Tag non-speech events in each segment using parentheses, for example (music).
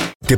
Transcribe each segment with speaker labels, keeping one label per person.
Speaker 1: ¿Te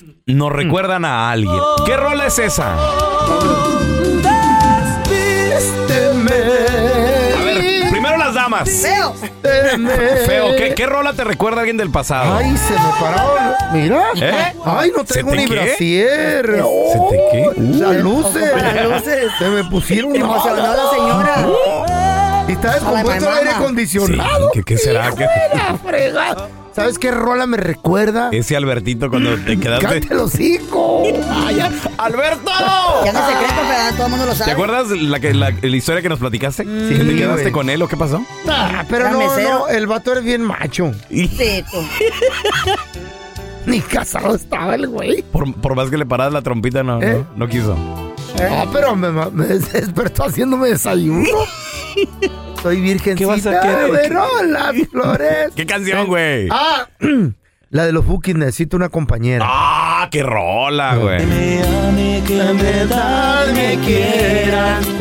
Speaker 2: nos recuerdan a alguien. ¿Qué rola es esa? A ver, primero las damas.
Speaker 3: Feo.
Speaker 2: Feo, ¿qué, qué rola te recuerda a alguien del pasado?
Speaker 4: Ay, se me pararon. Mira.
Speaker 2: ¿Eh?
Speaker 4: Ay, no
Speaker 2: ¿Se
Speaker 4: tengo
Speaker 2: te
Speaker 4: ni
Speaker 2: qué?
Speaker 4: brasier.
Speaker 2: ¿Se te qué?
Speaker 4: Las luces.
Speaker 3: Las luces.
Speaker 4: Se me pusieron
Speaker 3: Emocionó la señora.
Speaker 4: Y está descompuesto el
Speaker 3: mamá.
Speaker 4: aire acondicionado.
Speaker 2: Sí, ¿qué- qué será?
Speaker 4: Hijo de la fregada. ¿Sabes qué rola me recuerda?
Speaker 2: Ese Albertito cuando te quedaste.
Speaker 4: ¡Cállate los hocico!
Speaker 2: ¡Alberto!
Speaker 3: Ya no se cree, pero todo el mundo lo
Speaker 2: ¿Te
Speaker 3: sabe.
Speaker 2: acuerdas la, que, la, la historia que nos platicaste?
Speaker 4: Mm. Sí,
Speaker 2: ¿Que te
Speaker 4: güey.
Speaker 2: quedaste con él o qué pasó?
Speaker 4: Ah, pero
Speaker 3: Era
Speaker 4: no,
Speaker 3: mesero.
Speaker 4: no, el vato es bien macho.
Speaker 3: Sí, tú.
Speaker 4: (laughs) Ni casado estaba el güey.
Speaker 2: Por, por más que le paras la trompita, no,
Speaker 4: ¿Eh?
Speaker 2: no, no quiso.
Speaker 4: No, pero me, ma- me despertó
Speaker 3: (laughs)
Speaker 4: haciéndome desayuno. Soy virgencita,
Speaker 2: vas a querer?
Speaker 4: pero las flores.
Speaker 2: ¿Qué canción, güey?
Speaker 4: Ah, la de los Bookies, necesito una compañera.
Speaker 2: ¡Ah, qué rola, güey!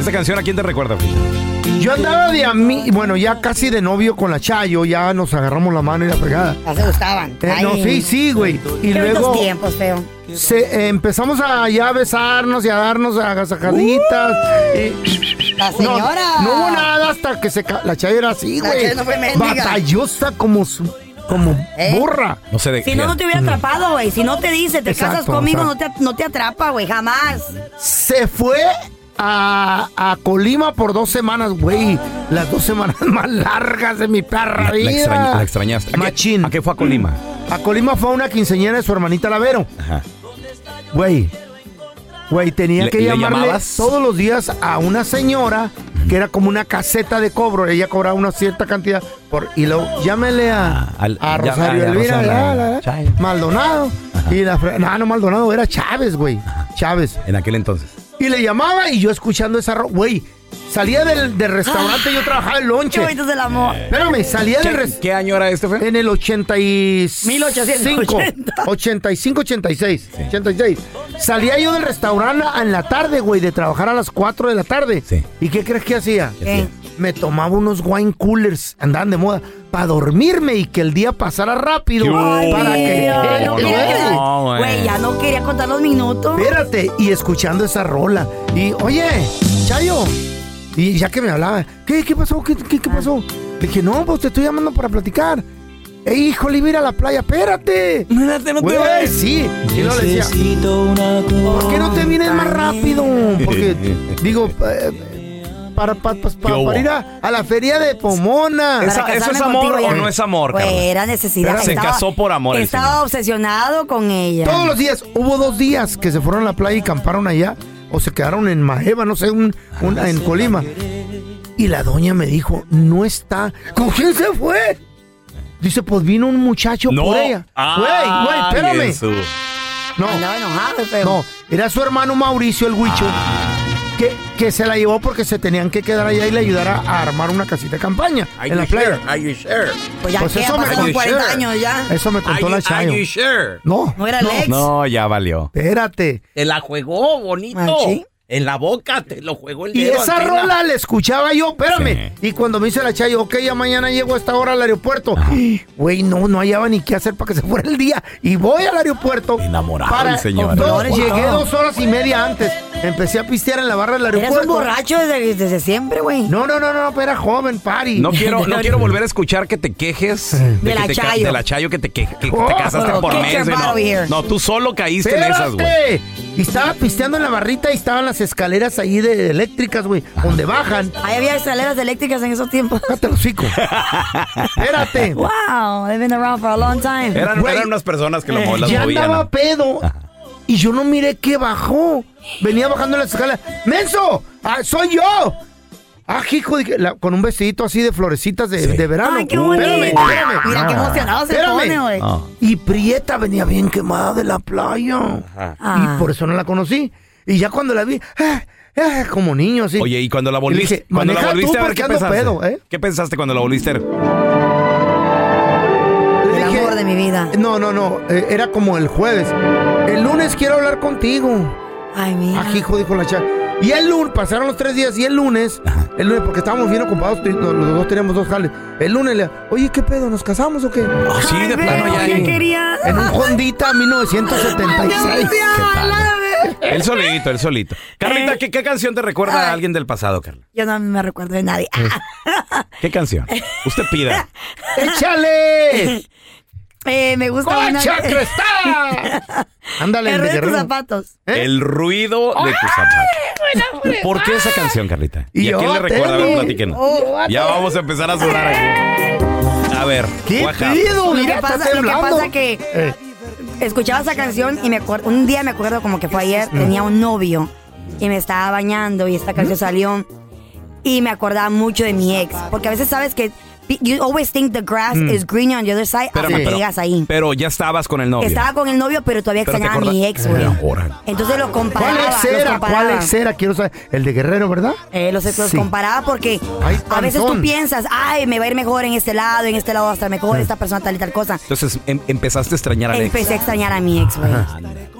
Speaker 2: Esa canción, ¿a quién te recuerda? güey?
Speaker 4: Yo andaba de a mí, bueno, ya casi de novio con la Chayo, ya nos agarramos la mano y la fregada.
Speaker 3: Ya se gustaban.
Speaker 4: Eh, no,
Speaker 3: Ay,
Speaker 4: sí, sí, güey. Y
Speaker 3: qué bonitos
Speaker 4: luego
Speaker 3: tiempos, feo.
Speaker 4: se, eh, empezamos a ya besarnos y a darnos agasajaditas. y-
Speaker 3: La
Speaker 4: No,
Speaker 3: señora.
Speaker 4: No, hubo nada hasta que se ca- la Chayo era así,
Speaker 3: La
Speaker 4: güey.
Speaker 3: Chayo no fue mendiga.
Speaker 4: Batallosa como su, como
Speaker 3: ¿Eh?
Speaker 4: burra. Mm.
Speaker 2: No sé de
Speaker 3: Si no, no te hubiera atrapado, güey. Si no te dice, te
Speaker 4: Exacto,
Speaker 3: casas conmigo, no te, no te atrapa, güey. Jamás.
Speaker 4: Se fue a, a Colima por dos semanas, güey. Las dos semanas (laughs) más largas de mi perra
Speaker 2: La,
Speaker 4: vida.
Speaker 2: la extraña- la extrañaste. ¿A qué-
Speaker 4: Machín.
Speaker 2: ¿A qué fue a Colima?
Speaker 4: A Colima fue a una quinceñera de su hermanita Lavero.
Speaker 2: Ajá.
Speaker 4: Güey. Güey, tenía
Speaker 2: ¿Le-
Speaker 4: que
Speaker 2: le
Speaker 4: llamarle
Speaker 2: llamabas?
Speaker 4: todos los días a una señora que era como una caseta de cobro. Ella cobraba una cierta cantidad por y luego llámele a,
Speaker 2: Ah, al-
Speaker 4: a
Speaker 2: llama-
Speaker 4: Rosario
Speaker 2: a
Speaker 4: Elvira,
Speaker 2: Rosario,
Speaker 4: la- la- la-
Speaker 2: Chayo.
Speaker 4: Maldonado. Y la fre- no, no Maldonado, era Chávez, güey. Chávez.
Speaker 2: En aquel entonces.
Speaker 4: Y le llamaba y yo escuchando esa ro- güey. Salía del, del
Speaker 2: Ah.
Speaker 4: restaurante, yo trabajaba en
Speaker 3: Qué
Speaker 4: lonche.
Speaker 3: bonito es el amor.
Speaker 4: Espérame, salía del
Speaker 2: ¿Qué,
Speaker 4: restaurante.
Speaker 2: qué año era este, fue?
Speaker 4: En el 85.
Speaker 3: 1880.
Speaker 4: 85, 86. 86. Salía yo del restaurante en la tarde, güey, de trabajar a las 4 de la tarde.
Speaker 2: Sí.
Speaker 4: ¿Y qué crees que hacía?
Speaker 3: ¿Qué?
Speaker 4: Me tomaba unos wine coolers, andaban de moda, para dormirme y que el día pasara rápido.
Speaker 2: ¿Qué hubo?
Speaker 3: Ay,
Speaker 4: para que.
Speaker 3: no
Speaker 2: no,
Speaker 3: quería-
Speaker 2: no, güey.
Speaker 3: Güey, ya no quería contar los minutos.
Speaker 4: Espérate, y escuchando esa rola. Y, oye, Chayo. Y ya que me hablaba, ¿qué, qué pasó? ¿Qué, qué, qué pasó? Le dije, no, pues te estoy llamando para platicar. Eh, híjole, iba a ir a la playa, espérate.
Speaker 2: Espérate, no te
Speaker 4: Güey,
Speaker 2: ves.
Speaker 4: Sí. Y luego le decía, ¿por qué no te vienes más rápido? Porque, digo, eh, para, pa- pa- pa-
Speaker 2: hubo?
Speaker 4: para ir a, a la feria de Pomona.
Speaker 2: Esa-
Speaker 3: Para
Speaker 2: ¿Eso es
Speaker 3: casarme
Speaker 2: amor
Speaker 3: contigo,
Speaker 2: o
Speaker 3: ya.
Speaker 2: no es amor,
Speaker 3: Güey,
Speaker 2: Carla?
Speaker 3: era necesidad.
Speaker 2: Se
Speaker 3: Estaba-
Speaker 2: casó por amor el
Speaker 3: Estaba
Speaker 2: señor.
Speaker 3: obsesionado con ella.
Speaker 4: Todos los días, hubo dos días que se fueron a la playa y camparon allá, o se quedaron en Maeva, no sé, un, un- en Colima. Y la doña me dijo, no está. ¿Con quién se fue? Dice, pues vino un muchacho
Speaker 2: No. Ah,
Speaker 4: por ella.
Speaker 2: Ay,
Speaker 4: Güey, güey, espérame.
Speaker 2: Jesús.
Speaker 4: No,
Speaker 3: Andaba enojado, pero.
Speaker 4: no, era su hermano Mauricio el Huicho.
Speaker 2: Ah.
Speaker 4: Que, que se la llevó porque se tenían que quedar allá y le ayudara a armar una casita de campaña en la playa.
Speaker 3: Pues ya
Speaker 4: Pues
Speaker 3: que
Speaker 4: eso me
Speaker 3: pasaron
Speaker 4: contó.
Speaker 3: 40 años ya.
Speaker 4: Eso me contó la Chayo. No,
Speaker 3: No era el ex.
Speaker 2: No, ya valió.
Speaker 4: espérate.
Speaker 5: Te la jugó bonito.
Speaker 3: Machín.
Speaker 5: En la boca te lo jugó el
Speaker 4: Ah, Y
Speaker 5: dedo,
Speaker 4: esa
Speaker 5: antena.
Speaker 4: rola la escuchaba yo, espérame. Y cuando me hice la chayo, ok, ya mañana llego a esta hora al aeropuerto. Güey, no, no hallaba ni qué hacer para que (laughs) se fuera el día. Y voy al aeropuerto.
Speaker 2: Enamorado el señor.
Speaker 4: No,
Speaker 3: Flores y
Speaker 4: llegué
Speaker 3: todo.
Speaker 4: dos horas y media antes. Empecé a pistear en la barra del
Speaker 3: Eres un
Speaker 4: aeropuerto.
Speaker 3: borracho desde, desde siempre, güey.
Speaker 4: No, no, no, no, pero era joven, pari.
Speaker 2: No quiero, no quiero
Speaker 5: (laughs)
Speaker 2: volver a escuchar que te quejes
Speaker 3: De la
Speaker 2: que te ca-
Speaker 3: Chayo.
Speaker 2: de la Chayo que te, que, que te
Speaker 4: Oh,
Speaker 2: casaste por
Speaker 3: get your
Speaker 2: meses.
Speaker 3: butt over here.
Speaker 2: No. No, tú solo caíste en esas, güey.
Speaker 4: ¡Espérate! Y estaba pisteando en la barrita y estaban las escaleras ahí de, de eléctricas, güey,
Speaker 2: Ah.
Speaker 4: donde bajan.
Speaker 3: Ahí había escaleras eléctricas en esos tiempos.
Speaker 4: Cállate los
Speaker 2: (laughs)
Speaker 4: hocico. Espérate.
Speaker 3: Wow, they've been around for a long time.
Speaker 2: (laughs) Eran,
Speaker 4: Güey.
Speaker 2: eran unas personas que lo mo- las
Speaker 4: ya
Speaker 2: movían.
Speaker 4: andaba
Speaker 2: ¿no?
Speaker 4: pedo. Y yo no miré que bajó. Venía bajando las escalas. ¡Menso! ¡Ah, ¡Soy yo! Ah, hijo, dije, la- con un vestidito así de florecitas de, de verano.
Speaker 3: Ay, qué bonito.
Speaker 4: Espérame, espérame.
Speaker 3: Mira qué emocionado se
Speaker 4: Espérame.
Speaker 3: pone, güey.
Speaker 2: Ah.
Speaker 4: Y Prieta venía bien quemada de la playa.
Speaker 3: Ah.
Speaker 4: Y por eso no la conocí. Y ya cuando la vi, ah, ah, como niño así.
Speaker 2: Oye, y cuando la
Speaker 4: Y le
Speaker 2: volviste,
Speaker 4: dije,
Speaker 2: cuando la
Speaker 4: "Maneja tú
Speaker 2: volviste a ver
Speaker 4: porque
Speaker 2: qué
Speaker 4: ando
Speaker 2: pensaste.
Speaker 4: pedo, ¿eh?
Speaker 2: ¿Qué pensaste cuando la volviste? a ver?
Speaker 4: Le
Speaker 3: El
Speaker 4: dije,
Speaker 3: amor de mi vida.
Speaker 4: No, no, no. eh, era como el jueves. El lunes quiero hablar contigo.
Speaker 3: Ay, mira.
Speaker 4: Ah, hijo, dijo la chava. Y el lunes, pasaron los tres días y el lunes, el lunes, porque estábamos bien ocupados, t- los, los dos teníamos dos jales. El lunes le oye, ¿qué pedo? ¿Nos casamos o qué?
Speaker 2: Ah, sí,
Speaker 3: Ay,
Speaker 2: de
Speaker 3: veo,
Speaker 2: plano ya.
Speaker 3: ya
Speaker 2: ahí.
Speaker 3: quería.
Speaker 4: En un Hondita
Speaker 3: Ay,
Speaker 4: 1976.
Speaker 3: Dios mío, la-
Speaker 4: (laughs)
Speaker 2: Él solito, él solito. Carlita,
Speaker 3: Eh.
Speaker 2: ¿qué, qué canción te recuerda a alguien del pasado, Carla?
Speaker 3: Yo no me recuerdo de nadie. Ah,
Speaker 4: Eh.
Speaker 2: ¿Qué canción? Usted pida.
Speaker 4: ¡Échale!
Speaker 3: (laughs) eh, me gusta una.
Speaker 4: ¡Cocha
Speaker 3: (laughs)
Speaker 4: está! Ándale,
Speaker 3: El
Speaker 4: de
Speaker 3: rey de tus
Speaker 4: guerrero.
Speaker 3: zapatos.
Speaker 4: (laughs) ¿Eh?
Speaker 2: El ruido de tus zapatos. ¿Por qué esa canción, Carlita? ¿Y,
Speaker 4: Y
Speaker 2: a quién le
Speaker 4: yo
Speaker 2: recuerda? A ver,
Speaker 4: tengo-
Speaker 2: platíquenos.
Speaker 4: Oh,
Speaker 2: Ya vamos a empezar a sudar aquí. A ver,
Speaker 4: ¿Qué
Speaker 2: what happened?
Speaker 4: pedo?
Speaker 3: Lo que
Speaker 4: Mira, está
Speaker 3: pasa- lo que
Speaker 4: temblando.
Speaker 3: pasa que-
Speaker 4: Eh,
Speaker 3: escuchaba esa canción y me acuer- un día me acuerdo como que fue ayer,
Speaker 4: Mm.
Speaker 3: tenía un novio y me estaba bañando y esta canción salió y me acordaba mucho de mi ex, porque a veces sabes que you always think the grass
Speaker 4: Mm.
Speaker 3: is greener on the other side
Speaker 2: Espérame,
Speaker 3: hasta que
Speaker 2: pero-
Speaker 3: llegas ahí.
Speaker 2: Pero ya estabas con el novio.
Speaker 3: Estaba con el novio, pero todavía
Speaker 2: Pero te
Speaker 3: extrañaba a
Speaker 2: acorda-
Speaker 3: mi ex, güey.
Speaker 2: Eh, ahora.
Speaker 3: Entonces lo comparaba.
Speaker 4: ¿Cuál ex
Speaker 3: los
Speaker 4: era?
Speaker 3: comparaba.
Speaker 4: ¿Cuál ex era? Quiero saber. El de Guerrero, ¿verdad?
Speaker 3: Eh, los, los
Speaker 4: Sí.
Speaker 3: comparaba porque
Speaker 4: Ay,
Speaker 3: a veces tú
Speaker 4: panzón.
Speaker 3: piensas, ay, me va a ir mejor en este lado, en este lado va a estar mejor, esta persona tal y tal cosa.
Speaker 2: Entonces em- empezaste a extrañar a Alex. Ah,
Speaker 3: Empecé a extrañar a mi ex, güey.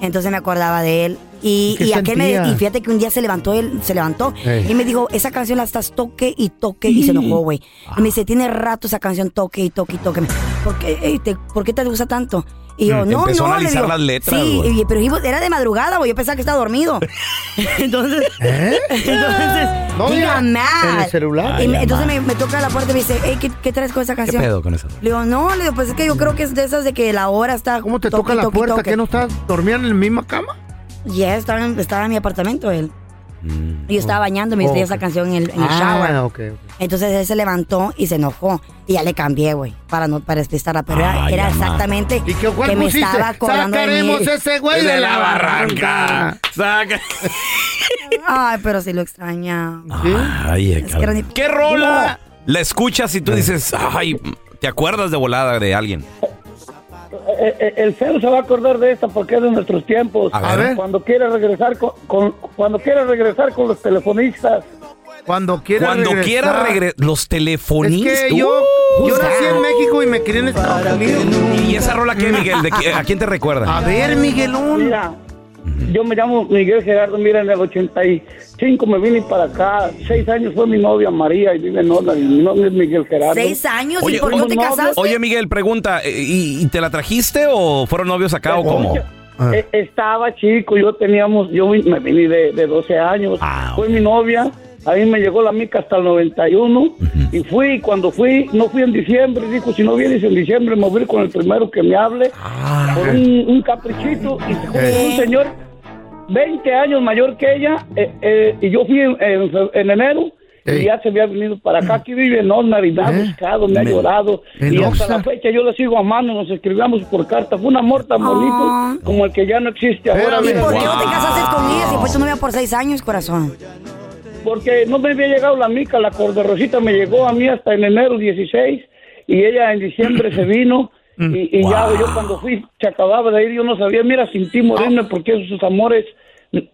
Speaker 3: Entonces me acordaba de él. Y,
Speaker 4: ¿Qué
Speaker 3: y aquel me-
Speaker 4: sentía?
Speaker 3: y fíjate que un día se levantó, él se levantó
Speaker 4: Ey.
Speaker 3: y me dijo, esa canción la estás toque y toque y se enojó, güey. Y me dice, tiene rato esa canción toque y toque y toque. ¿Por qué, ey, te, ¿por qué te gusta tanto? Y yo,
Speaker 2: Mm,
Speaker 3: no,
Speaker 2: empezó
Speaker 3: no.
Speaker 2: a
Speaker 3: le
Speaker 2: analizar
Speaker 3: digo,
Speaker 2: las letras,
Speaker 3: Sí,
Speaker 2: güey.
Speaker 3: y- pero iba- era de madrugada, güey. Yo pensaba que estaba
Speaker 4: (laughs)
Speaker 3: dormido. (laughs) entonces, entonces,
Speaker 4: ¿Eh? No,
Speaker 3: he
Speaker 4: mira,
Speaker 3: got mad.
Speaker 4: en el celular.
Speaker 3: Y
Speaker 4: I
Speaker 3: me-
Speaker 4: got
Speaker 3: entonces me, me toca la puerta y me dice, "Ey, ¿qué, ¿qué traes con esa
Speaker 2: ¿Qué
Speaker 3: canción?
Speaker 2: pedo con eso?
Speaker 3: Le digo, no, le digo, pues es que yo creo que es de esas de que la hora está.
Speaker 4: ¿Cómo te
Speaker 3: toque,
Speaker 4: toca la
Speaker 3: toque,
Speaker 4: puerta?
Speaker 3: toque.
Speaker 4: ¿Que no estás? ¿Dormían en la misma cama?
Speaker 3: Ya estaba, en, estaba en mi apartamento él. Y yo estaba bañándome y
Speaker 4: Oh,
Speaker 3: tenía
Speaker 4: ok.
Speaker 3: esa canción en el, en el shower.
Speaker 4: Ah, ok, ok.
Speaker 3: Entonces él se levantó y se enojó. Y ya le cambié, güey, para no para despistarla. Pero era-
Speaker 2: Ay,
Speaker 3: era,
Speaker 2: amá.
Speaker 3: exactamente
Speaker 4: ¿Y qué cuál
Speaker 3: que me
Speaker 4: pusiste?
Speaker 3: estaba acordando de mí.
Speaker 4: Sacaremos ese güey de la barranca.
Speaker 2: Saca.
Speaker 3: Ay, pero sí lo extraña.
Speaker 4: ¿Sí?
Speaker 2: Ay,
Speaker 3: que
Speaker 2: eh, Carla.
Speaker 3: era Uh, ni-
Speaker 2: ¿Qué rola? La escuchas y tú dices, ay, te acuerdas de volada de alguien.
Speaker 6: Eh, eh, El feo se va a acordar de esta porque es de nuestros tiempos.
Speaker 2: A ver.
Speaker 6: Cuando quiere regresar con, con- cuando quiere regresar con los telefonistas.
Speaker 4: Cuando quiera
Speaker 2: Cuando
Speaker 4: regresar.
Speaker 2: quiera regresar, los telefonistas.
Speaker 4: Es que yo,
Speaker 2: Uh,
Speaker 4: yo
Speaker 2: está.
Speaker 4: nací en México y me crié en Estados Unidos.
Speaker 2: ¿Y esa rola qué, Miguel? ¿De qué- ¿A quién te recuerda?
Speaker 4: A ver, Miguelón.
Speaker 6: Mira, yo me llamo Miguel Gerardo. Mira, en el 85 me vine para acá. Seis años fue mi novia María y vive en Holanda. y Mi nombre es Miguel Gerardo.
Speaker 3: Seis años y por qué no
Speaker 6: ¿cómo
Speaker 3: te
Speaker 6: no?
Speaker 3: casaste.
Speaker 2: Oye, Miguel, pregunta, ¿eh, ¿y, y te la trajiste o fueron novios acá o cómo?
Speaker 6: Eh, Estaba chico, yo teníamos, yo vi- me vine de, de 12 años,
Speaker 2: Ah,
Speaker 6: fue mi novia, a mí me llegó la mica hasta el 91 y fui, cuando fui, no fui en diciembre, dijo, si no vienes en diciembre me voy a ir con el primero que me hable, por un, un caprichito y se juntó un señor 20 años mayor que ella eh, eh, y yo fui en, en fe- en enero.
Speaker 4: Ey.
Speaker 6: y ya se había venido para acá. Aquí vive en Ornary, me ha
Speaker 4: ¿Eh?
Speaker 6: buscado, me ha
Speaker 2: Me-
Speaker 6: llorado.
Speaker 4: en
Speaker 6: Y hasta
Speaker 4: Oxnard.
Speaker 6: la fecha yo la sigo amando, nos escribíamos por carta. Fue un amor tan
Speaker 3: Ah.
Speaker 6: bonito como el que ya no existe ahora.
Speaker 4: Espérame.
Speaker 3: ¿Y por qué no te
Speaker 2: Wow.
Speaker 3: casaste con ella si pues- fue tu novia por seis años, corazón?
Speaker 6: Porque no me había llegado la mica, la corderosita me llegó a mí hasta en enero 16 y ella en diciembre se vino
Speaker 2: Mm.
Speaker 6: y, y ya yo cuando fui se acababa de ir, yo no sabía, mira, sentí morirme porque sus amores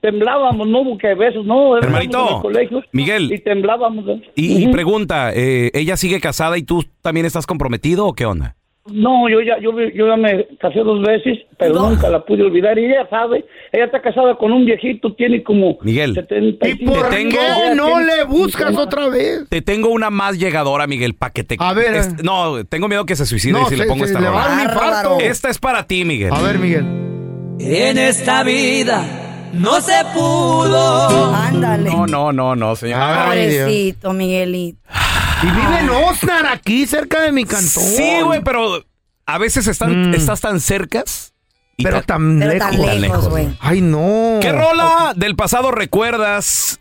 Speaker 6: temblábamos, no buque besos, no, éramos
Speaker 2: Hermanito,
Speaker 6: en el colegio
Speaker 2: Miguel.
Speaker 6: y temblábamos. ¿eh?
Speaker 2: Y, y
Speaker 6: Ujú.
Speaker 2: pregunta, eh, ¿ella sigue casada y tú también estás comprometido o qué onda?
Speaker 6: No, yo ya, yo, yo ya me casé dos veces, pero nunca la pude olvidar. Y ella sabe, ella está casada con un viejito, tiene como
Speaker 2: Miguel.
Speaker 6: 70
Speaker 4: ¿Y por
Speaker 2: Te tengo-
Speaker 4: qué no le buscas
Speaker 6: otra
Speaker 4: otra vez?
Speaker 2: Te tengo una más llegadora, Miguel, para que te...
Speaker 4: A ver,
Speaker 2: es-
Speaker 4: eh.
Speaker 2: no, tengo miedo que se suicide
Speaker 4: No,
Speaker 2: si
Speaker 4: se-
Speaker 2: le pongo
Speaker 4: se
Speaker 2: esta
Speaker 4: le va a
Speaker 2: rola.
Speaker 3: Ah,
Speaker 4: dar un infarto.
Speaker 2: Esta es para ti, Miguel.
Speaker 4: A ver, Miguel.
Speaker 7: En esta vida no se pudo.
Speaker 3: Ándale.
Speaker 2: No, no, no, no, señor. A ver,
Speaker 4: Ay, Dios.
Speaker 3: Pobrecito, Miguelito.
Speaker 4: Y vive en Osnar, aquí, cerca de mi cantón.
Speaker 2: Sí, güey, pero a veces están,
Speaker 4: Mm.
Speaker 2: estás tan cercas. y
Speaker 4: Pero tan
Speaker 2: tan-
Speaker 3: Pero
Speaker 4: lejos.
Speaker 3: tan
Speaker 2: Tan
Speaker 3: lejos,
Speaker 2: lejos,
Speaker 3: güey.
Speaker 4: Ay, no.
Speaker 2: ¿Qué rola del pasado recuerdas?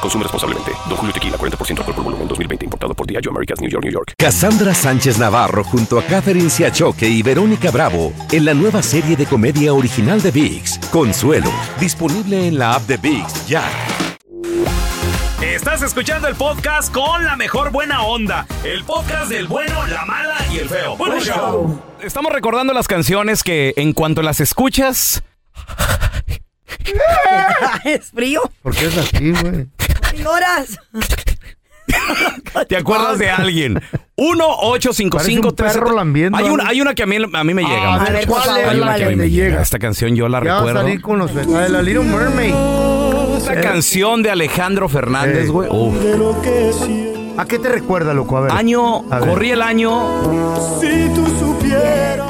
Speaker 1: Consume responsablemente. Don Julio Tequila, 40% alcohol por volumen, 2020. Importado por Diageo Americas, New York, New York.
Speaker 8: Cassandra Sánchez Navarro junto a Catherine Siachoque y Verónica Bravo en la nueva serie de comedia original de VIX, Consuelo, disponible en la app de VIX ya.
Speaker 2: Estás escuchando el podcast con la mejor buena onda. El podcast del bueno, la mala y el feo. Bueno, show. Estamos recordando las canciones que en cuanto las escuchas,
Speaker 3: (laughs) es frío.
Speaker 4: ¿Por qué es así, güey?
Speaker 3: Lloras.
Speaker 2: te acuerdas de alguien. 1 855
Speaker 4: Parece un perro lambiendo
Speaker 2: hay, una,
Speaker 4: algo.
Speaker 2: hay una que a mí, a mí me llega.
Speaker 4: A
Speaker 2: man.
Speaker 4: ver,
Speaker 3: por
Speaker 4: ¿cuál
Speaker 3: favor,
Speaker 4: es
Speaker 2: hay una
Speaker 4: la
Speaker 2: que a
Speaker 4: que
Speaker 2: mí me
Speaker 4: te
Speaker 2: llega.
Speaker 4: llega?
Speaker 2: Esta canción yo la
Speaker 4: Ya va a
Speaker 2: Ah, recuerdo.
Speaker 4: salir eh. con los... La de la Little Mermaid.
Speaker 2: Esta canción de Alejandro Fernández,
Speaker 4: Sí.
Speaker 2: güey. Uf.
Speaker 4: Eh. ¿A qué te recuerda, loco? A ver.
Speaker 2: Año,
Speaker 4: A ver.
Speaker 2: corrí el año. Si tú supieras.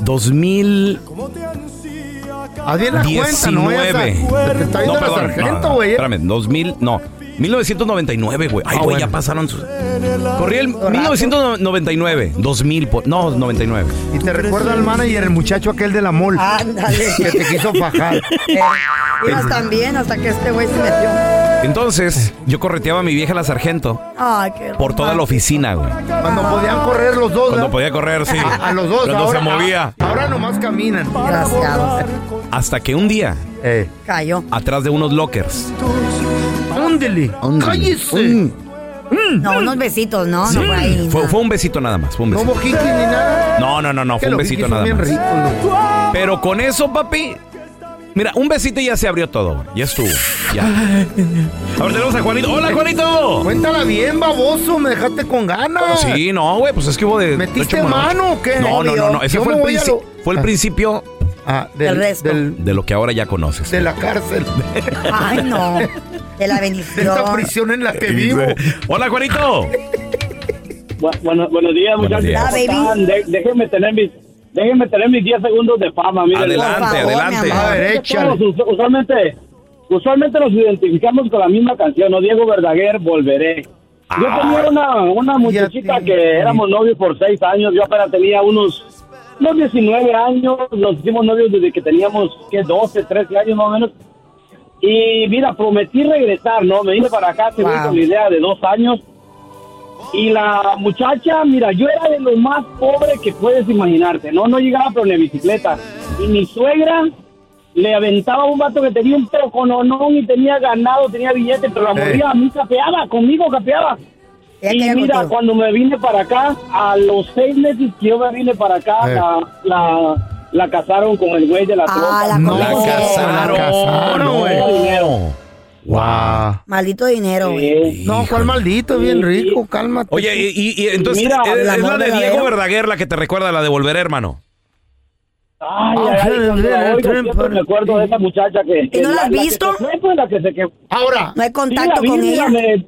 Speaker 2: 2000.
Speaker 4: Adivina la cuenta, ¿no? Esa.
Speaker 2: 19.
Speaker 4: Te está viendo la sargento, güey.
Speaker 2: espérame, 2000, no. 1999, güey. Ay,
Speaker 4: Ah,
Speaker 2: güey,
Speaker 4: bueno.
Speaker 2: ya pasaron sus. Corrí el 1999, 2000, po- no, 99.
Speaker 4: Y te recuerda al manager, el muchacho aquel de la mol.
Speaker 3: Ándale.
Speaker 4: Que te quiso fajar.
Speaker 3: Lloras también hasta que este güey se metió.
Speaker 2: Entonces, yo correteaba a mi vieja la sargento
Speaker 3: Ay, qué
Speaker 2: por toda la oficina, güey.
Speaker 4: Cuando podían correr los dos.
Speaker 2: Cuando
Speaker 4: ¿verdad?
Speaker 2: podía correr, sí.
Speaker 4: A, a los dos.
Speaker 2: Cuando
Speaker 4: ahora,
Speaker 2: se movía.
Speaker 4: Ahora nomás caminan.
Speaker 3: Desgraciado.
Speaker 2: Hasta que un día,
Speaker 4: Eh.
Speaker 3: Cayó.
Speaker 2: atrás de unos lockers,
Speaker 4: Ándele. Cállese. Mm.
Speaker 3: No, unos besitos, Ah, ¿no? No fue ahí.
Speaker 2: fue,
Speaker 3: nada.
Speaker 2: fue un besito nada más, fue un
Speaker 4: No
Speaker 2: besito.
Speaker 4: hubo jiquis ni nada.
Speaker 2: No, no, no, no,
Speaker 4: Que
Speaker 2: fue un
Speaker 4: los
Speaker 2: besito
Speaker 4: jiquis son
Speaker 2: nada
Speaker 4: bien
Speaker 2: más.
Speaker 4: ricos, loco.
Speaker 2: Pero con eso, papi. Mira, un besito y ya se abrió todo, güey. Ya estuvo. Ya. Ahora tenemos a Juanito. ¡Hola, Juanito!
Speaker 4: Cuéntala bien, baboso. Me dejaste con ganas.
Speaker 2: Sí, no, güey, pues es que hubo de.
Speaker 4: ¿Metiste
Speaker 2: de hecho,
Speaker 4: mano o qué?
Speaker 2: No, no, no, no. Ese
Speaker 4: Yo
Speaker 2: fue
Speaker 4: me
Speaker 2: el,
Speaker 4: voy a
Speaker 2: princi-
Speaker 4: lo-
Speaker 2: fue el
Speaker 4: Ah.
Speaker 2: principio
Speaker 4: Ah, del,
Speaker 3: El resto.
Speaker 4: del-
Speaker 2: de lo que ahora ya conoces.
Speaker 4: de la cárcel.
Speaker 3: Ay, no. De la
Speaker 4: De esta
Speaker 3: bendición.
Speaker 4: prisión en la que vivo.
Speaker 2: ¡Hola, Juanito!
Speaker 6: Bu- bueno- buenos días,
Speaker 2: Buenos
Speaker 6: muchachos.
Speaker 2: días.
Speaker 6: ¿Cómo
Speaker 3: Ah,
Speaker 6: están? De- déjenme tener mis... Déjenme tener mis 10 segundos de fama, miren.
Speaker 2: adelante,
Speaker 3: favor, mi
Speaker 2: adelante.
Speaker 3: amor.
Speaker 4: A ver,
Speaker 6: Todos
Speaker 4: échale.
Speaker 6: us- usualmente, usualmente nos identificamos con la misma canción, ¿no? Diego Verdaguer, Volveré. Yo
Speaker 2: Ah.
Speaker 6: tenía una, una muchachita
Speaker 4: te-
Speaker 6: que éramos novios por seis años, yo apenas tenía unos, unos 19 años, nos hicimos novios desde que teníamos, ¿qué? 12, 13 años más o menos. Y mira, prometí regresar, ¿no? Me vine para acá, según
Speaker 3: Wow.
Speaker 6: con la idea de dos años. Y la muchacha, mira, yo era de lo más pobre que puedes imaginarte, ¿no? No llegaba por una bicicleta. Y mi suegra le aventaba a un vato que tenía un trocononón y tenía ganado, tenía billete, pero la
Speaker 9: Eh.
Speaker 6: morría a mí capeaba, conmigo capeaba. Y mira, cuando me vine para acá, a los seis meses que yo me vine para acá,
Speaker 9: Eh.
Speaker 6: la, la, la casaron con el güey de la troca.
Speaker 3: No,
Speaker 6: la
Speaker 4: casaron, güey. Wow.
Speaker 3: Maldito dinero, güey.
Speaker 4: No, cuál maldito, bien rico, cálmate.
Speaker 2: Oye, y, y- y entonces
Speaker 4: Mira,
Speaker 2: es,
Speaker 4: el
Speaker 2: es
Speaker 4: amor
Speaker 2: la de
Speaker 4: verdadero.
Speaker 2: Diego Verdaguer la que te recuerda la de Volver, hermano.
Speaker 6: Ay, ay, ay, cuando
Speaker 2: ¿eh?
Speaker 6: la oigo, siempre me acuerdo de esa muchacha que... que
Speaker 3: ¿Y no la has
Speaker 6: que
Speaker 3: visto?
Speaker 6: se fue, pues, la que se que-
Speaker 4: Ahora.
Speaker 3: No hay
Speaker 6: Sí,
Speaker 3: contacto
Speaker 6: la vi,
Speaker 3: con
Speaker 6: mira,
Speaker 3: ella.
Speaker 6: me-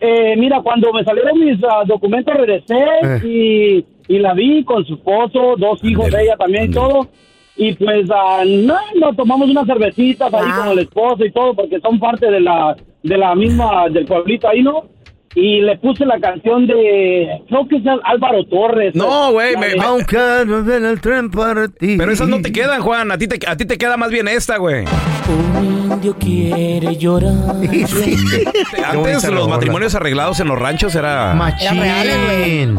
Speaker 6: eh, mira, cuando me salieron mis ah, documentos regresé
Speaker 3: Eh.
Speaker 6: y, y la vi con su esposo, dos hijos de ella también y todo. Y pues ah, no, nos tomamos unas cervecitas ahí
Speaker 3: Ah.
Speaker 6: con el esposo y todo porque son parte de la de la misma del pueblito ahí, ¿no? Y le puse la canción de creo que es Al- Álvaro Torres.
Speaker 2: No, güey,
Speaker 6: La
Speaker 2: me-
Speaker 6: de-
Speaker 2: me-
Speaker 4: Aunque no viene el tren para ti.
Speaker 2: Pero esas no te quedan, Juan. A ti te, a ti te queda más bien esta, güey.
Speaker 7: Un indio quiere
Speaker 4: (laughs)
Speaker 7: llorar.
Speaker 2: Antes los matrimonios arreglados en los ranchos era...
Speaker 4: Machín.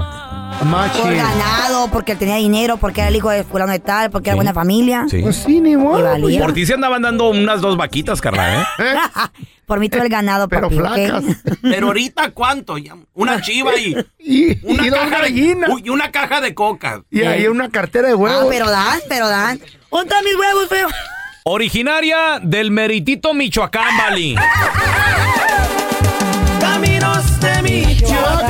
Speaker 3: Por
Speaker 4: Machín.
Speaker 3: ganado, porque él tenía dinero, porque era el hijo de fulano de tal, porque era buena familia.
Speaker 2: Sí.
Speaker 4: Pues sí, ni modo.
Speaker 3: valía.
Speaker 2: Por ti se andaban dando unas dos vaquitas, carnal, ¿eh?
Speaker 3: (laughs) Por mí todo el ganado, papi, ¿ok?
Speaker 5: Pero ahorita, ¿cuánto? Ya,
Speaker 4: (laughs)
Speaker 5: Una chiva y... una caja De, uy, y una caja de coca. Eh,
Speaker 4: Y ahí una cartera de
Speaker 3: Ah,
Speaker 4: huevos.
Speaker 3: pero dan, pero dan. ¿Dónde están mis huevos, feo?
Speaker 2: Originaria del meritito Michoacán, Bali.
Speaker 7: Caminos de Michoacán.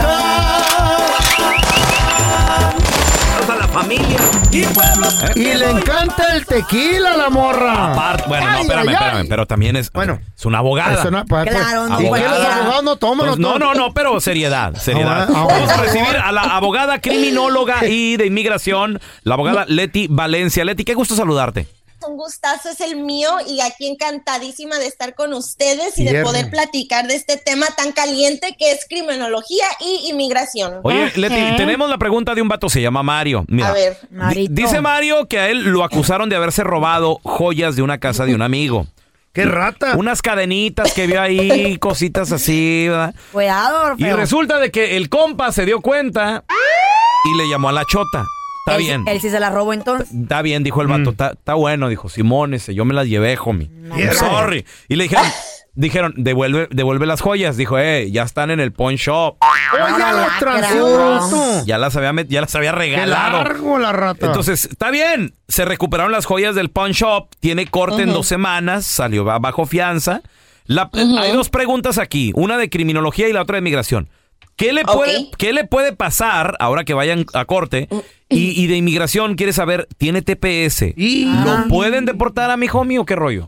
Speaker 5: Para la familia.
Speaker 7: Y pueblos.
Speaker 4: Y le encanta el tequila a la morra.
Speaker 2: Aparte, bueno, no,
Speaker 4: Ay,
Speaker 2: espérame,
Speaker 4: ay, ay.
Speaker 2: espérame, pero también es, bueno, es una abogada.
Speaker 4: Eso no, pues, Claro, no,
Speaker 2: Abogada.
Speaker 4: cualquiera. Los abogados no toman,
Speaker 2: Entonces,
Speaker 4: no
Speaker 2: no,
Speaker 4: toman.
Speaker 2: no, no, pero seriedad, seriedad.
Speaker 4: Abogada,
Speaker 2: Vamos a
Speaker 4: abogada.
Speaker 2: recibir a la abogada criminóloga y de inmigración, la abogada Leti Valencia. Leti, qué gusto saludarte.
Speaker 10: Un gustazo es el mío y aquí encantadísima de estar con ustedes y de
Speaker 2: Cierto.
Speaker 10: poder platicar de este tema tan caliente que es criminología y inmigración.
Speaker 2: Oye, Leti, tenemos la pregunta de un vato, se llama Mario. Mira,
Speaker 10: Ah, A ver.
Speaker 2: di-
Speaker 10: Marito.
Speaker 2: dice Mario que a él lo acusaron de haberse robado joyas de una casa de un amigo. ¡Qué rata! Unas cadenitas que vio ahí, cositas así, ¿verdad?
Speaker 3: Cuidado,
Speaker 2: Y
Speaker 3: feo.
Speaker 2: resulta de que el compa se dio cuenta y le llamó a la chota. Está
Speaker 3: Él-
Speaker 2: bien.
Speaker 3: Él sí se la robó entonces.
Speaker 2: Está bien, dijo el vato. Está, está bueno, dijo Simón, ese, yo me las llevé, homie. I'm Sorry. Y le dijeron, dijeron, devuelve, devuelve las joyas. Dijo, eh, ya están en el pawn shop.
Speaker 4: Oye, los transeúntes.
Speaker 2: Ya las había, met- ya las había
Speaker 4: Qué
Speaker 2: regalado.
Speaker 4: largo la rata.
Speaker 2: Entonces, está bien. Se recuperaron las joyas del pawn shop. Tiene corte en
Speaker 4: Ujú.
Speaker 2: dos semanas. Salió ba- bajo fianza. La- eh, Hay dos preguntas aquí. Una de criminología y la otra de migración. ¿Qué le, puede, ¿Qué le puede pasar ahora que vayan a corte?
Speaker 10: Mm.
Speaker 2: Y, y de inmigración quiere saber, ¿tiene TPS? ¿Lo pueden deportar a mi homie o qué rollo?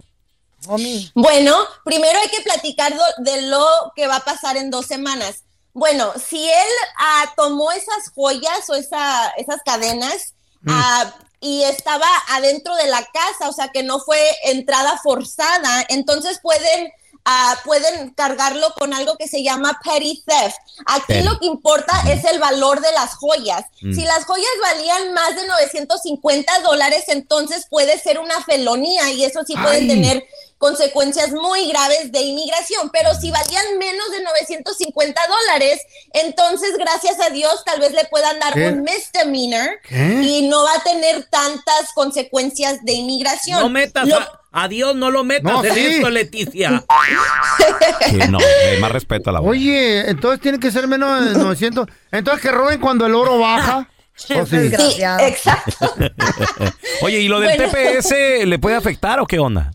Speaker 10: Bueno, primero hay que platicar do- de lo que va a pasar en dos semanas. Bueno, si él ah, tomó esas joyas o esa, esas cadenas
Speaker 11: Mm.
Speaker 10: ah, y estaba adentro de la casa, o sea que no fue entrada forzada, entonces pueden, ah, pueden cargarlo con algo que se llama petty theft. Aquí
Speaker 11: Petty.
Speaker 10: lo que importa es el valor de las joyas.
Speaker 11: Mm.
Speaker 10: Si las joyas valían más de 950 dólares, entonces puede ser una felonía y eso sí pueden
Speaker 11: Ay.
Speaker 10: tener consecuencias muy graves de inmigración, pero si valían menos de 950 dólares, entonces gracias a Dios tal vez le puedan dar
Speaker 11: ¿Qué?
Speaker 10: un misdemeanor
Speaker 11: ¿Qué?
Speaker 10: y no va a tener tantas consecuencias de inmigración.
Speaker 5: No metas ah.
Speaker 10: Lo-
Speaker 5: a, a Dios, no lo metas
Speaker 10: No,
Speaker 5: en
Speaker 10: sí.
Speaker 5: esto, Leticia.
Speaker 2: (laughs) Sí, no, eh, más respeto a la voz.
Speaker 4: Oye, entonces tiene que ser menos de 900. Entonces que roben cuando el oro baja. ¿O sí?
Speaker 10: Sí, exacto.
Speaker 2: (laughs) Oye, ¿y lo del
Speaker 10: Bueno.
Speaker 2: TPS le puede afectar o qué onda?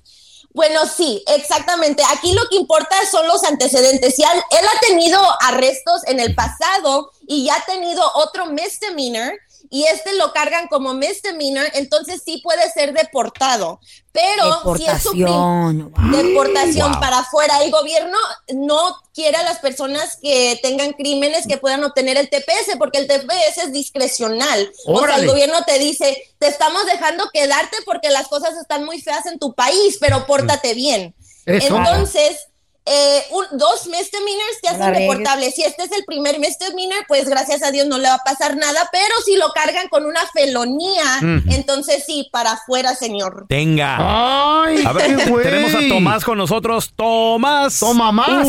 Speaker 10: Bueno, sí, exactamente. Aquí lo que importa son los antecedentes. Ya él ha tenido arrestos en el pasado y ya ha tenido otro misdemeanor y este lo cargan como misdemeanor, entonces sí puede ser deportado. Pero si es su prim-
Speaker 3: Deportación.
Speaker 10: deportación
Speaker 3: Wow.
Speaker 10: para afuera, el gobierno no quiere a las personas que tengan crímenes que puedan obtener el TPS porque el TPS es discrecional. O sea, el
Speaker 11: Órale.
Speaker 10: gobierno gobierno te dice, te estamos dejando quedarte porque las cosas están muy feas en tu país, pero pórtate bien.
Speaker 11: Mm. Eso.
Speaker 10: Entonces, eh, un- dos misdemeanors te hacen
Speaker 11: la riegues.
Speaker 10: reportable. Si este es el primer misdemeanor, pues gracias a Dios no le va a pasar nada, pero si lo cargan con una felonía,
Speaker 2: Ujú.
Speaker 10: entonces sí, para afuera, señor.
Speaker 2: Tenga.
Speaker 4: Ay,
Speaker 2: a ver,
Speaker 10: qué güey.
Speaker 2: tenemos a Tomás con nosotros. Tomás. Toma
Speaker 6: más.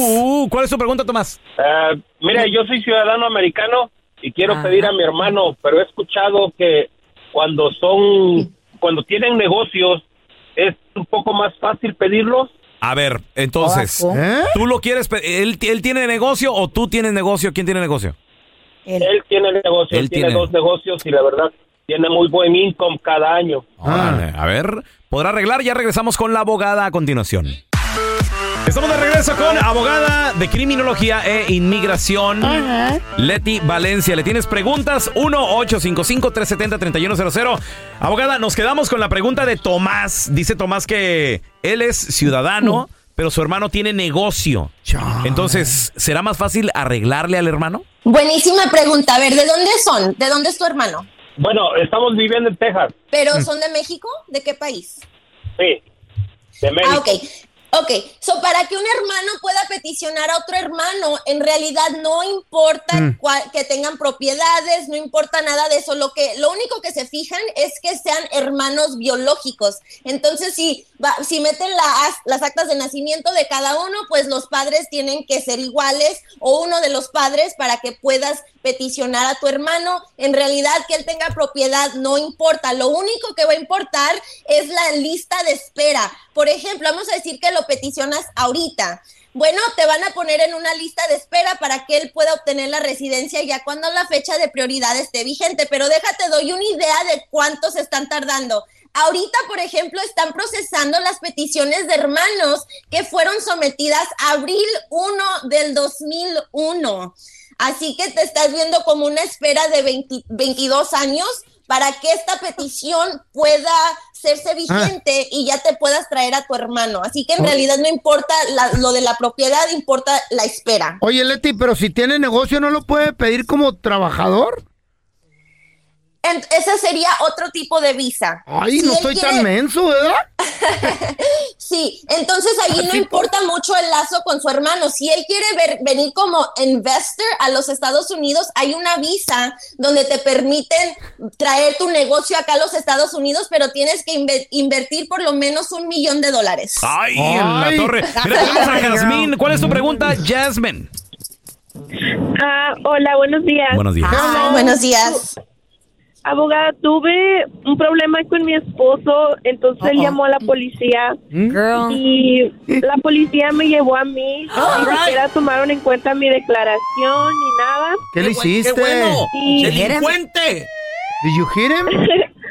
Speaker 2: ¿Cuál es tu pregunta, Tomás?
Speaker 6: Ah, mira, yo soy ciudadano americano y quiero pedir a mi hermano, pero he escuchado que cuando son, cuando tienen negocios, es un poco más fácil pedirlos.
Speaker 2: A ver, entonces,
Speaker 6: Abajo. ¿Eh?
Speaker 2: ¿tú lo quieres? pe- ¿Él, él tiene negocio o tú tienes negocio? ¿Quién tiene negocio?
Speaker 6: Él, tiene el negocio,
Speaker 2: Él
Speaker 6: él tiene,
Speaker 2: tiene.
Speaker 6: dos negocios y la verdad tiene muy buen income cada año.
Speaker 2: Órale, A ver, ¿podrá arreglar? Ya regresamos con la abogada a continuación. Estamos de regreso con abogada de criminología e inmigración, Leti Valencia. ¿Le tienes preguntas? 1-855-370-3100. Abogada, nos quedamos con la pregunta de Tomás. Dice Tomás que él es
Speaker 4: Mm.
Speaker 2: ciudadano, pero su hermano tiene negocio. Entonces, ¿será más fácil arreglarle al hermano?
Speaker 10: Buenísima pregunta. A ver, ¿de dónde son? ¿De dónde es tu hermano?
Speaker 6: Bueno, estamos viviendo en Texas.
Speaker 10: ¿Pero son de México? ¿De qué país?
Speaker 6: Sí, de
Speaker 2: Mm.
Speaker 6: México.
Speaker 10: Ah, ok. Ok, so para que un hermano pueda peticionar a otro hermano, en realidad no importa
Speaker 7: Mm.
Speaker 10: cuál- que tengan propiedades, no importa nada de eso, lo que lo único que se fijan es que sean hermanos biológicos. Entonces, si va- si meten la as- las actas de nacimiento de cada uno, pues los padres tienen que ser iguales o uno de los padres para que puedas peticionar a tu hermano. En realidad que él tenga propiedad no importa, lo único que va a importar es la lista de espera. Por ejemplo, vamos a decir que lo peticionas ahorita. Bueno, te van a poner en una lista de espera para que él pueda obtener la residencia ya cuando la fecha de prioridad esté vigente, pero déjate, doy una idea de cuántos están tardando. Ahorita, por ejemplo, están procesando las peticiones de hermanos que fueron sometidas abril 1 del 2001. Así que te estás viendo como una espera de 20 22 años para que esta petición pueda hacerse vigente y ya te puedas traer a tu hermano. Así que en
Speaker 4: Oh.
Speaker 10: realidad no importa la- lo de la propiedad, importa la espera.
Speaker 4: Oye, Leti, pero si tiene negocio, ¿no lo puede pedir como trabajador?
Speaker 10: En- ese sería otro tipo de visa.
Speaker 4: Ay,
Speaker 10: Si
Speaker 4: no
Speaker 10: él
Speaker 4: estoy tan
Speaker 10: quiere-
Speaker 4: menso, ¿verdad?
Speaker 10: Sí, entonces ahí no importa mucho el lazo con su hermano. Si él quiere ver- venir como investor a los Estados Unidos, hay una visa donde te permiten traer tu negocio acá a los Estados Unidos, pero tienes que inve- invertir por lo menos un millón de dólares.
Speaker 2: ¡Ay, en la torre!
Speaker 4: (laughs)
Speaker 2: Mira, tenemos a Jasmine. ¿Cuál es tu pregunta, Jasmine?
Speaker 9: Ah, hola, buenos días.
Speaker 2: Buenos días.
Speaker 10: Hola, buenos días.
Speaker 9: Abogada, tuve un problema con mi esposo, entonces él llamó a la policía
Speaker 3: Mm.
Speaker 9: y la policía me llevó a mí.
Speaker 3: Oh,
Speaker 9: ni siquiera tomaron en cuenta mi declaración ni nada.
Speaker 4: ¿Qué le hiciste?
Speaker 9: Y- (laughs)
Speaker 4: ¿Did you hit him?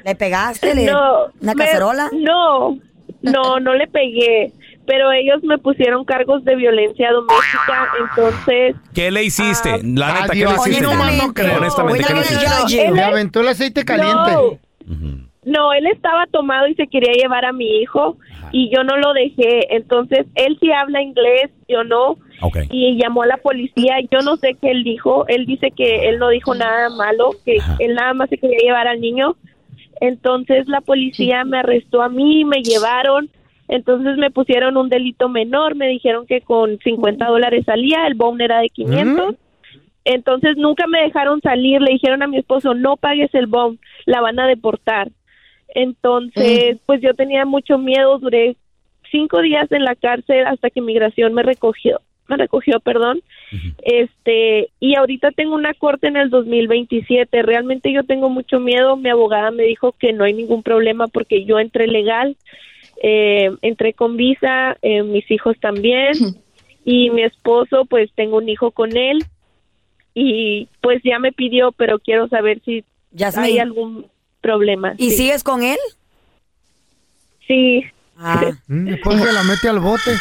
Speaker 3: ¿Le pegaste? ¿Le- ¿Una
Speaker 9: me-
Speaker 3: cacerola?
Speaker 9: No, no, no le pegué. Pero ellos me pusieron cargos de violencia doméstica, entonces
Speaker 2: ¿Qué le hiciste? la neta, ¿qué le
Speaker 4: Ah, Dios,
Speaker 2: hiciste?
Speaker 4: no más no creo.
Speaker 2: Honestamente, ¿qué le hiciste?
Speaker 4: Le aventó el aceite caliente.
Speaker 9: No, él estaba tomado y se quería llevar a mi hijo y yo no lo dejé. Entonces, él sí habla inglés, yo no. Y llamó a la policía. Yo no sé qué él dijo. Él dice que él no dijo nada malo, que él nada más se quería llevar al niño. Entonces, la policía me arrestó a mí, me llevaron. Entonces, me pusieron un delito menor. Me dijeron que con 50 dólares salía, el bone era de 500. Entonces nunca me dejaron salir, le dijeron a mi esposo, no pagues el bomb, la van a deportar. Entonces, pues yo tenía mucho miedo, duré cinco días en la cárcel hasta que migración me recogió, me recogió, perdón. Este, y ahorita tengo una corte en el 2027, realmente yo tengo mucho miedo, mi abogada me dijo que no hay ningún problema porque yo entré legal, eh, entré con visa, eh, mis hijos también, y mi esposo, pues tengo un hijo con él, y pues ya me pidió, pero quiero saber si
Speaker 3: Yasmín.
Speaker 9: hay algún problema.
Speaker 3: ¿Y
Speaker 9: sí.
Speaker 3: sigues con él?
Speaker 9: Sí.
Speaker 4: (laughs) Mm, Después se la mete al bote.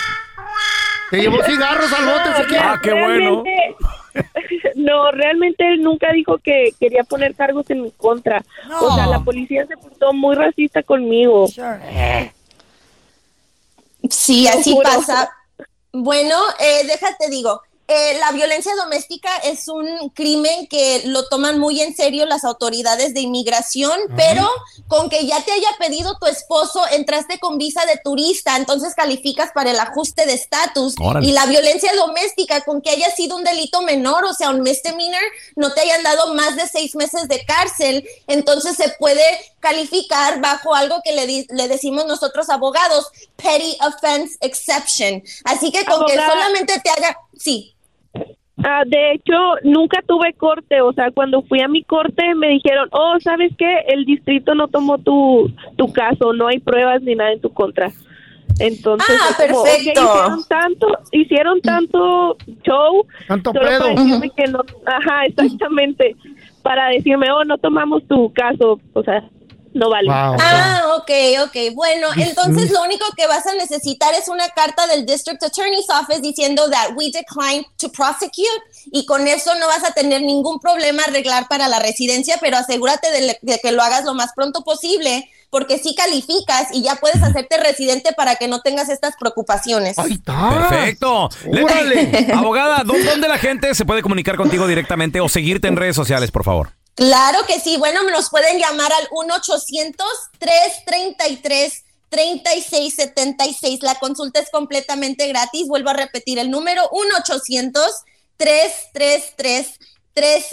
Speaker 4: Te llevó cigarros al bote, si quieres.
Speaker 9: Realmente- (laughs) No, realmente él nunca dijo que quería poner cargos en mi contra. O sea, la policía se portó muy racista conmigo.
Speaker 4: Ah.
Speaker 10: Sí,
Speaker 9: Te
Speaker 10: Eh. así
Speaker 9: juro.
Speaker 10: pasa. Bueno, eh, déjate digo, eh, la violencia doméstica es un crimen que lo toman muy en serio las autoridades de inmigración, pero con que ya te haya pedido tu esposo, entraste con visa de turista, entonces calificas para el ajuste de estatus.
Speaker 7: Órale.
Speaker 10: Y la violencia doméstica, con que haya sido un delito menor, o sea, un misdemeanor, no te hayan dado más de seis meses de cárcel, entonces se puede calificar bajo algo que le, di- le decimos nosotros abogados, petty offense exception. Así que con que
Speaker 9: Abogada.
Speaker 10: solamente te haga, sí.
Speaker 9: Ah, de hecho, nunca tuve corte. O sea, cuando fui a mi corte me dijeron, oh, ¿sabes qué? El distrito no tomó tu, tu caso, no hay pruebas ni nada en tu contra. Entonces,
Speaker 10: Ah,
Speaker 9: fue como, ok,
Speaker 10: perfecto.
Speaker 9: hicieron tanto, hicieron tanto show.
Speaker 4: Tanto
Speaker 9: solo
Speaker 4: pedo.
Speaker 9: Para decirme que no,
Speaker 4: (laughs)
Speaker 9: ajá, exactamente. Para decirme, oh, no tomamos tu caso. O sea, no vale.
Speaker 10: Ah, ok, ok. Bueno,
Speaker 9: Dis-
Speaker 10: entonces lo único que vas a necesitar es una carta del District Attorney's Office diciendo that we decline to prosecute y con eso no vas a tener ningún problema arreglar para la residencia, pero asegúrate de, le- de que lo hagas lo más pronto posible porque sí calificas y ya puedes hacerte residente para que no tengas estas preocupaciones.
Speaker 2: Perfecto. Leti, (laughs) abogada, ¿dó- ¿dónde la gente se puede comunicar contigo directamente o seguirte en redes sociales, por favor?
Speaker 10: Claro que sí. Bueno, nos pueden llamar al 1-800-333-3676. La consulta es completamente gratis. Vuelvo a repetir el número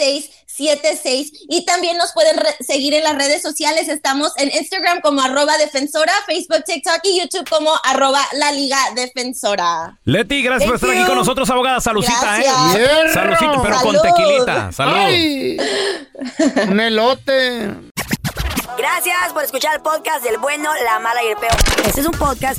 Speaker 10: 1-800-333-3676. Y también nos pueden re- seguir en las redes sociales. Estamos en Instagram como arroba defensora, Facebook, TikTok y YouTube como arroba la liga defensora.
Speaker 2: Leti, gracias por estar
Speaker 10: Thank
Speaker 2: aquí
Speaker 10: you.
Speaker 2: con nosotros, abogada. Salucita,
Speaker 10: Gracias.
Speaker 2: ¿eh?
Speaker 10: Hierro.
Speaker 2: Salucita, pero con
Speaker 10: Salud.
Speaker 4: Ah,
Speaker 2: tequilita. Salud.
Speaker 10: (laughs)
Speaker 4: Ay. Un elote.
Speaker 3: Gracias por escuchar el podcast del bueno, la mala y el peor. Este es un podcast